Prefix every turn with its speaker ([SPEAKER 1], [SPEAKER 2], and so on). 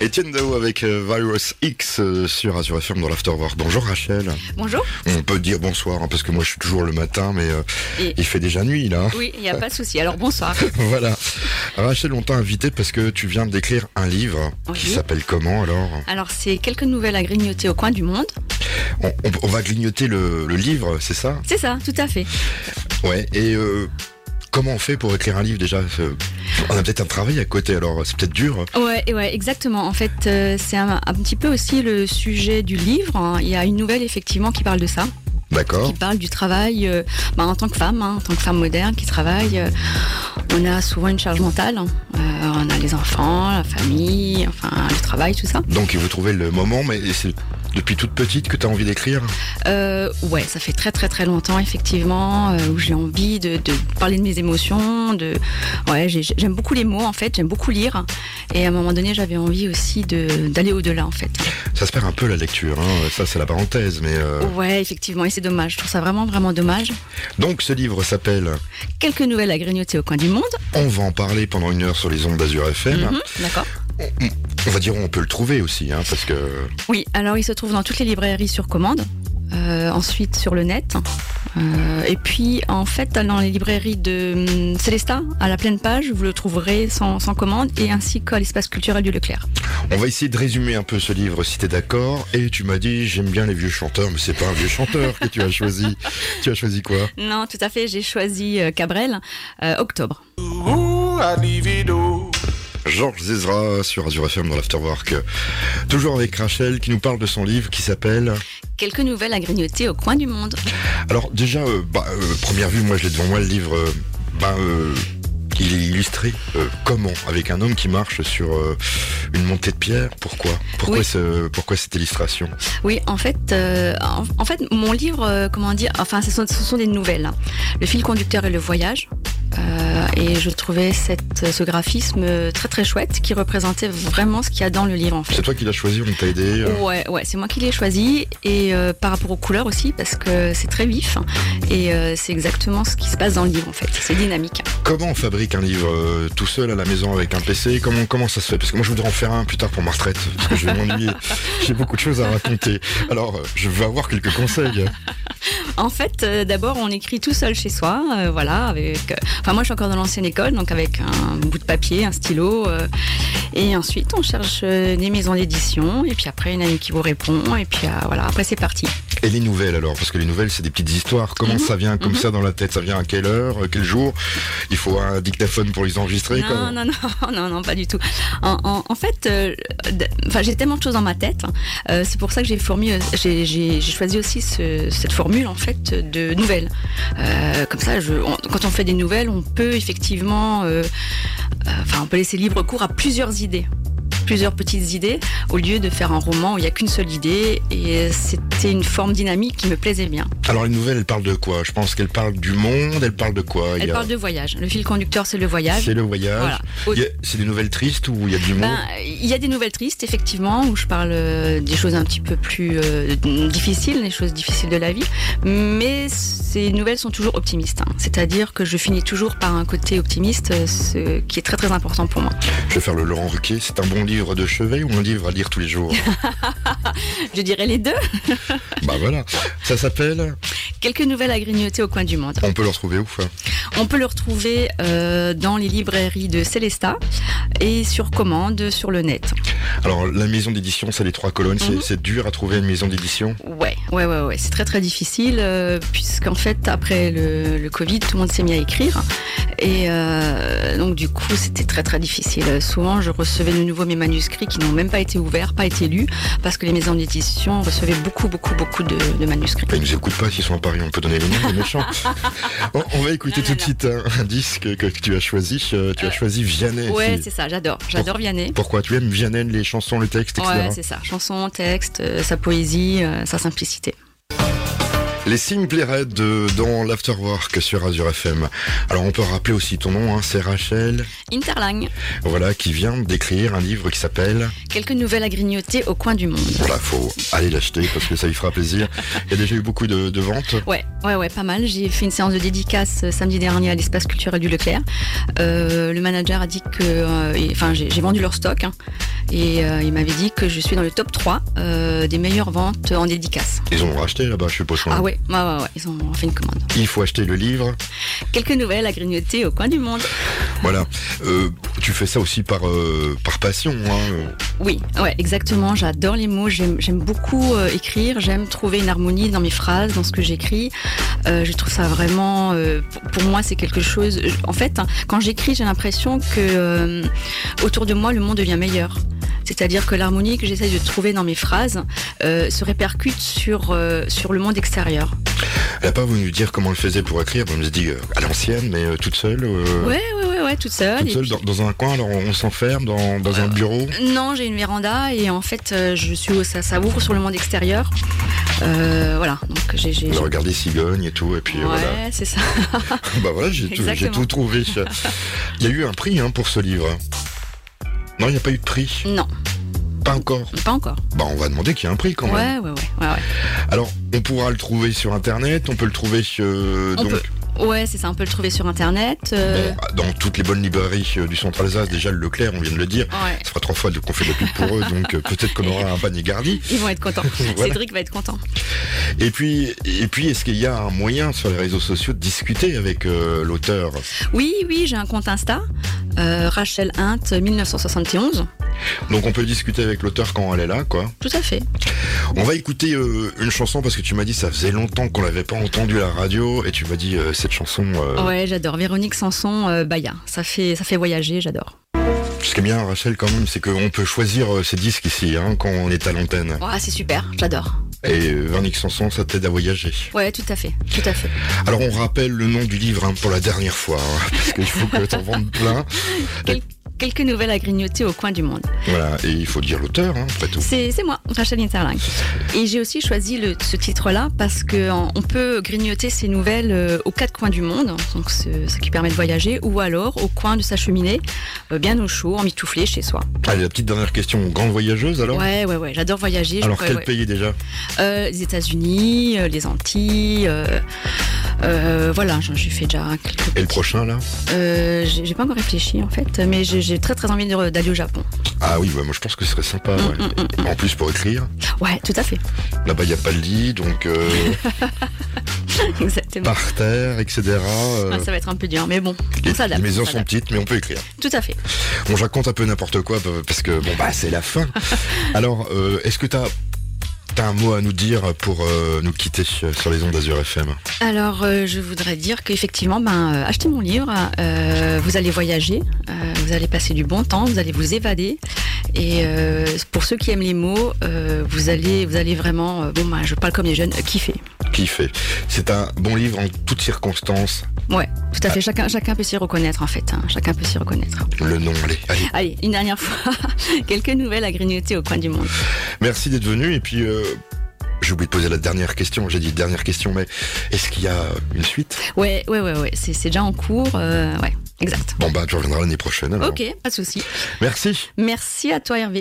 [SPEAKER 1] Étienne Dao avec euh, Virus X euh, sur Azure FM dans l'Afterwork. Bonjour Rachel.
[SPEAKER 2] Bonjour.
[SPEAKER 1] On peut dire bonsoir hein, parce que moi je suis toujours le matin, mais euh,
[SPEAKER 2] Et-
[SPEAKER 1] il fait déjà nuit là.
[SPEAKER 2] Oui, il n'y a pas de souci. Alors bonsoir.
[SPEAKER 1] voilà. Rachel, on t'a invité parce que tu viens d'écrire un livre qui
[SPEAKER 2] Oui.
[SPEAKER 1] s'appelle comment alors
[SPEAKER 2] Alors c'est quelques nouvelles à grignoter au coin du monde.
[SPEAKER 1] on, on- on va grignoter le, le livre, c'est ça
[SPEAKER 2] C'est ça, tout à fait.
[SPEAKER 1] Ouais. Et euh, comment on fait pour écrire un livre déjà Euh, On a peut-être un travail à côté, alors c'est peut-être dur.
[SPEAKER 2] Ouais, et ouais, exactement. En fait, euh, c'est un, un petit peu aussi le sujet du livre. hein. Il y a une nouvelle effectivement qui parle de ça, qui
[SPEAKER 1] D'accord.
[SPEAKER 2] parle du travail euh, bah, en tant que femme, hein, en tant que femme moderne qui travaille. euh, on a souvent une charge mentale. hein. Euh, on a les enfants, la famille, enfin le travail, tout ça.
[SPEAKER 1] Donc il faut trouver le moment, mais c'est depuis toute petite que tu as envie d'écrire
[SPEAKER 2] Euh, ouais, ça fait très très très longtemps effectivement euh, où j'ai envie de, de parler de mes émotions, de ouais, j'ai- j'aime beaucoup les mots en fait, j'aime beaucoup lire et à un moment donné j'avais envie aussi de d'aller au-delà en fait.
[SPEAKER 1] Ça se perd un peu la lecture, hein. ça c'est la parenthèse, mais euh,
[SPEAKER 2] Ouais, effectivement et c'est dommage, je trouve ça vraiment vraiment dommage.
[SPEAKER 1] donc ce livre s'appelle
[SPEAKER 2] Quelques nouvelles à grignoter au coin du monde,
[SPEAKER 1] On va en parler pendant une heure sur les ondes d'Azur FM.
[SPEAKER 2] Mhm, d'accord.
[SPEAKER 1] On va dire on peut le trouver aussi, hein, parce que
[SPEAKER 2] Oui, alors il se trouve dans toutes les librairies sur commande. euh, ensuite sur le net Euh, et puis en fait dans les librairies de hum, Célestat à la pleine page vous le trouverez sans, sans commande et ainsi qu'à l'espace culturel du Leclerc
[SPEAKER 1] on va essayer de résumer un peu ce livre si t'es d'accord. Et tu m'as dit j'aime bien les vieux chanteurs, mais c'est pas un vieux chanteur que tu as choisi. Tu as choisi quoi
[SPEAKER 2] Non, tout à fait, j'ai choisi euh, Cabrel, euh, octobre.
[SPEAKER 3] Ooh, I divido.
[SPEAKER 1] Georges Zezra sur Azur FM dans l'Afterwork. Toujours avec Rachel qui nous parle de son livre qui s'appelle.
[SPEAKER 2] Quelques nouvelles à grignoter au coin du monde.
[SPEAKER 1] Alors déjà, euh, bah, euh, première vue, moi je l'ai devant moi le livre. euh, bah, euh, il est illustré euh, comment avec un homme qui marche sur euh, une montée de pierre. Pourquoi Pourquoi
[SPEAKER 2] Oui.
[SPEAKER 1] ce- pourquoi cette illustration
[SPEAKER 2] Oui, en fait, euh, en, en fait, mon livre, euh, comment dire, enfin, ce sont, ce sont des nouvelles. hein. Le fil conducteur et le voyage. Euh, et je trouvais cette, ce graphisme euh, très très chouette qui représentait vraiment ce qu'il y a dans le livre en fait.
[SPEAKER 1] C'est toi qui l'as choisi, on t'a aidé. euh,
[SPEAKER 2] Ouais, ouais, c'est moi qui l'ai choisi et euh, par rapport aux couleurs aussi parce que c'est très vif et euh, c'est exactement ce qui se passe dans le livre en fait. C'est dynamique.
[SPEAKER 1] Comment on fabrique un livre euh, tout seul à la maison avec un PC comment, comment ça se fait Parce que moi je voudrais en faire un plus tard pour ma retraite, parce que je vais m'ennuyer. J'ai beaucoup de choses à raconter. Alors euh, je veux avoir quelques conseils.
[SPEAKER 2] En fait, euh, d'abord, on écrit tout seul chez soi, euh, voilà. Avec, euh, enfin, moi, je suis encore dans l'ancienne école, donc avec un bout de papier, un stylo, euh, et ensuite, on cherche euh, des maisons d'édition, et puis après, une amie qui vous répond, et puis euh, voilà. Après, c'est parti.
[SPEAKER 1] Et les nouvelles alors Parce que les nouvelles, c'est des petites histoires. Comment
[SPEAKER 2] Mhm.
[SPEAKER 1] ça vient comme
[SPEAKER 2] Mhm.
[SPEAKER 1] ça dans la tête Ça vient à quelle heure euh, Quel jour Il faut un dictaphone pour les enregistrer
[SPEAKER 2] Non,
[SPEAKER 1] comment
[SPEAKER 2] non, non, non, non, pas du tout. En, en- en fait, euh, d- enfin, j'ai tellement de choses dans ma tête. hein, euh, c'est pour ça que j'ai fourmi, euh, j'ai- j'ai j'ai choisi aussi ce- cette formule en fait de nouvelles. Euh, comme ça, je, on- quand on fait des nouvelles, on peut effectivement, euh, euh, enfin, on peut laisser libre cours à plusieurs idées plusieurs petites idées au lieu de faire un roman où il n'y a qu'une seule idée et c'était une forme dynamique qui me plaisait bien.
[SPEAKER 1] Alors les nouvelles, elles parlent de quoi Je pense qu'elles parlent du monde, elles parlent de quoi Il
[SPEAKER 2] Elle
[SPEAKER 1] y a-
[SPEAKER 2] parle de voyage. Le fil conducteur c'est le voyage.
[SPEAKER 1] C'est le voyage.
[SPEAKER 2] Voilà. Au-
[SPEAKER 1] Il y a- C'est des nouvelles tristes ou il y a du monde
[SPEAKER 2] Ben, il y a des nouvelles tristes, effectivement, où je parle euh, des choses un petit peu plus euh, difficiles, les choses difficiles de la vie. Mais ces nouvelles sont toujours optimistes. hein. C'est-à-dire que je finis toujours par un côté optimiste, euh, ce qui est très très important pour moi.
[SPEAKER 1] Je vais faire le Laurent Ruquier. C'est un bon livre de chevet ou un livre à lire tous les jours
[SPEAKER 2] Je dirais les deux.
[SPEAKER 1] Bah voilà. Ça s'appelle
[SPEAKER 2] Quelques nouvelles à grignoter au coin du monde.
[SPEAKER 1] On peut le retrouver où hein
[SPEAKER 2] On peut le retrouver euh, dans les librairies de Célestat et sur commande sur le net.
[SPEAKER 1] Alors la maison d'édition, c'est les trois colonnes. C'est-
[SPEAKER 2] Mhm.
[SPEAKER 1] C'est dur à trouver une maison d'édition.
[SPEAKER 2] Ouais, ouais, ouais, ouais. C'est très très difficile euh, puisqu'en fait après le, le Covid, tout le monde s'est mis à écrire et euh, donc du coup c'était très très difficile. Euh, Souvent je recevais de nouveau mes manuscrits qui n'ont même pas été ouverts, pas été lus parce que les maisons d'édition recevaient beaucoup beaucoup beaucoup de, de manuscrits.
[SPEAKER 1] Bah, ils nous écoutent pas s'ils sont à Paris. On peut donner les noms des méchants. on, on va écouter
[SPEAKER 2] Non,
[SPEAKER 1] tout
[SPEAKER 2] non,
[SPEAKER 1] de suite un, un disque que, que tu as choisi. euh, tu as
[SPEAKER 2] Euh,
[SPEAKER 1] choisi Vianney.
[SPEAKER 2] Ouais,
[SPEAKER 1] C'est-
[SPEAKER 2] c'est ça. J'adore, j'adore Vianney.
[SPEAKER 1] Pourquoi tu aimes Vianney, les chansons, le texte, etc.
[SPEAKER 2] Ouais, c'est ça. Chanson, texte, euh, sa poésie, euh, sa simplicité.
[SPEAKER 1] Les signes plairaient de, dans l'Afterwork sur Azure FM. Alors on peut rappeler aussi ton nom, hein, c'est Rachel,
[SPEAKER 2] Interlang,
[SPEAKER 1] voilà, qui vient d'écrire un livre qui s'appelle
[SPEAKER 2] quelques nouvelles à grignoter au coin du monde.
[SPEAKER 1] Voilà, faut aller l'acheter parce que ça lui fera plaisir. Il y a déjà eu beaucoup de, de ventes.
[SPEAKER 2] Ouais, ouais, ouais, pas mal. J'ai fait une séance de dédicace euh, samedi dernier à l'espace culturel du Leclerc. Euh, le manager a dit que. euh, et- Enfin, j'ai j'ai vendu leur stock. hein. et euh, il m'avait dit que je suis dans le top 3 euh, des meilleures ventes en dédicace.
[SPEAKER 1] Ils ont racheté là-bas, je suppose.
[SPEAKER 2] Ah ouais, ouais, ouais, ouais, ils ont fait une commande.
[SPEAKER 1] Il faut acheter le livre.
[SPEAKER 2] Quelques nouvelles à grignoter au coin du monde.
[SPEAKER 1] Voilà. Euh, tu fais ça aussi par, euh, par passion. Hein.
[SPEAKER 2] Oui, ouais, exactement. J'adore les mots. J'aime j'aime beaucoup euh, écrire. J'aime trouver une harmonie dans mes phrases, dans ce que j'écris. Euh, je trouve ça vraiment. euh, pour, pour moi, c'est quelque chose. je- En fait, hein, quand j'écris, j'ai l'impression que euh, autour de moi, le monde devient meilleur. C'est-à-dire que l'harmonie que j'essaye de trouver dans mes phrases euh, se répercute sur, euh, sur le monde extérieur.
[SPEAKER 1] Elle n'a pas voulu nous dire comment elle faisait pour écrire. Elle nous dit euh, à l'ancienne, mais euh, toute seule. euh,
[SPEAKER 2] Ouais, ouais, ouais, ouais, toute seule.
[SPEAKER 1] Toute
[SPEAKER 2] Et
[SPEAKER 1] seule
[SPEAKER 2] puis-
[SPEAKER 1] dans, dans un coin, alors on s'enferme dans, dans un bureau.
[SPEAKER 2] Non, j'ai une véranda et en fait, euh, je suis au- ça, ça ouvre sur le monde extérieur. Euh, voilà, donc j'ai. j'ai-
[SPEAKER 1] On a regardé Cigogne et tout, et Bah puis euh,
[SPEAKER 2] Ouais,
[SPEAKER 1] voilà.
[SPEAKER 2] c'est ça.
[SPEAKER 1] Bah voilà, j'ai tout, j'ai
[SPEAKER 2] Exactement.
[SPEAKER 1] tout trouvé. Il y a eu un prix hein, pour ce livre. Non, il n'y a pas eu de prix.
[SPEAKER 2] Non,
[SPEAKER 1] Pas encore.
[SPEAKER 2] pas encore.
[SPEAKER 1] Bah on va demander qu'il y ait un prix quand même.
[SPEAKER 2] Ouais, ouais, ouais, ouais, ouais.
[SPEAKER 1] Alors, on pourra le trouver sur internet, on peut le trouver euh,
[SPEAKER 2] On
[SPEAKER 1] donc
[SPEAKER 2] peut. Ouais, c'est ça, on peut le trouver sur internet. euh,
[SPEAKER 1] bon, dans toutes les bonnes librairies euh, du centre Alsace, déjà le Leclerc, on vient de le dire.
[SPEAKER 2] Ouais.
[SPEAKER 1] Ça fera trois fois qu'on fait de la pub pour eux, donc euh, peut-être qu'on aura un panier garni.
[SPEAKER 2] Ils vont être contents.
[SPEAKER 1] Voilà.
[SPEAKER 2] Cédric va être content.
[SPEAKER 1] Et puis, et puis est-ce qu'il y a un moyen sur les réseaux sociaux de discuter avec euh, l'auteur
[SPEAKER 2] Oui, oui, j'ai un compte Insta, euh, Rachel Hint 1971.
[SPEAKER 1] Donc on peut discuter avec l'auteur quand elle est là, quoi.
[SPEAKER 2] Tout à fait.
[SPEAKER 1] On va écouter euh, une chanson parce que tu m'as dit ça faisait longtemps qu'on l'avait pas entendue à la radio et tu m'as dit euh, cette chanson. euh,
[SPEAKER 2] Ouais, j'adore. Véronique Sanson, euh, Baya. Ça fait, ça fait voyager, j'adore.
[SPEAKER 1] Ce qui est bien, Rachel, quand même, c'est qu'on peut choisir euh, ses disques ici hein, quand on est à l'antenne.
[SPEAKER 2] Ouais, c'est super, j'adore.
[SPEAKER 1] Et euh, Véronique Sanson, ça t'aide à voyager.
[SPEAKER 2] Ouais, tout à fait, tout à fait.
[SPEAKER 1] Alors on rappelle le nom du livre hein, pour la dernière fois hein, parce qu'il faut que t'en vendes plein.
[SPEAKER 2] Quel- quelques nouvelles à grignoter au coin du monde.
[SPEAKER 1] Voilà, et il faut dire l'auteur, hein, après tout.
[SPEAKER 2] C'est c'est moi, Rachel Interling. Et j'ai aussi choisi le- ce titre-là parce que en- on peut grignoter ces nouvelles euh, aux quatre coins du monde, donc ce, ce qui permet de voyager, ou alors au coin de sa cheminée, euh, bien au chaud, en mitouflé chez soi.
[SPEAKER 1] Allez, la petite dernière question, grande voyageuse alors
[SPEAKER 2] Ouais, ouais, ouais, j'adore voyager. je
[SPEAKER 1] Alors
[SPEAKER 2] pourrais-
[SPEAKER 1] quel
[SPEAKER 2] ouais.
[SPEAKER 1] pays déjà
[SPEAKER 2] Euh, Les États-Unis, euh, les Antilles. euh, euh, voilà, j'en- j'ai fait déjà quelques.
[SPEAKER 1] Et le prochain là
[SPEAKER 2] Euh, j'ai j'ai pas encore réfléchi en fait, mais j'ai j'ai très très envie de- d'aller au Japon.
[SPEAKER 1] Ah oui, bah, moi je pense que ce serait sympa. ouais.
[SPEAKER 2] Mm, mm,
[SPEAKER 1] En plus pour écrire,
[SPEAKER 2] Ouais, tout à fait,
[SPEAKER 1] là-bas il n'y a pas de lit, donc euh,
[SPEAKER 2] exactement.
[SPEAKER 1] par terre, etc. euh,
[SPEAKER 2] Ah, ça va être un peu dur, mais bon,
[SPEAKER 1] les-
[SPEAKER 2] on s'adapte.
[SPEAKER 1] les maisons
[SPEAKER 2] on
[SPEAKER 1] sont
[SPEAKER 2] s'adapte.
[SPEAKER 1] petites, mais on peut écrire.
[SPEAKER 2] Tout à fait.
[SPEAKER 1] Bon, je raconte un peu n'importe quoi bah, parce que bon bah c'est la fin. Alors, euh, est-ce que t'as as un mot à nous dire pour euh, nous quitter sur sur les ondes d'Azur FM
[SPEAKER 2] Alors, euh, je voudrais dire qu'effectivement, ben, euh, achetez mon livre, euh, vous allez voyager, euh, vous allez passer du bon temps, vous allez vous évader. Et euh, pour ceux qui aiment les mots, euh, vous, allez, vous allez vraiment, euh, bon, ben, je parle comme les jeunes, euh, kiffer.
[SPEAKER 1] Qui fait C'est un bon livre en toutes circonstances.
[SPEAKER 2] Ouais, tout à fait, chacun, chacun peut s'y reconnaître en fait, hein. chacun peut s'y reconnaître.
[SPEAKER 1] Le nom, allez, allez.
[SPEAKER 2] Allez, une dernière fois, quelques nouvelles à grignoter au coin du monde.
[SPEAKER 1] Merci d'être venu et puis euh, j'ai oublié de poser la dernière question. J'ai dit dernière question, mais est-ce qu'il y a une suite
[SPEAKER 2] Ouais, ouais, ouais, ouais, c'est c'est déjà en cours, euh, ouais, exact.
[SPEAKER 1] Bon bah tu reviendras l'année prochaine. alors.
[SPEAKER 2] Ok, pas de souci.
[SPEAKER 1] Merci.
[SPEAKER 2] Merci à toi Hervé.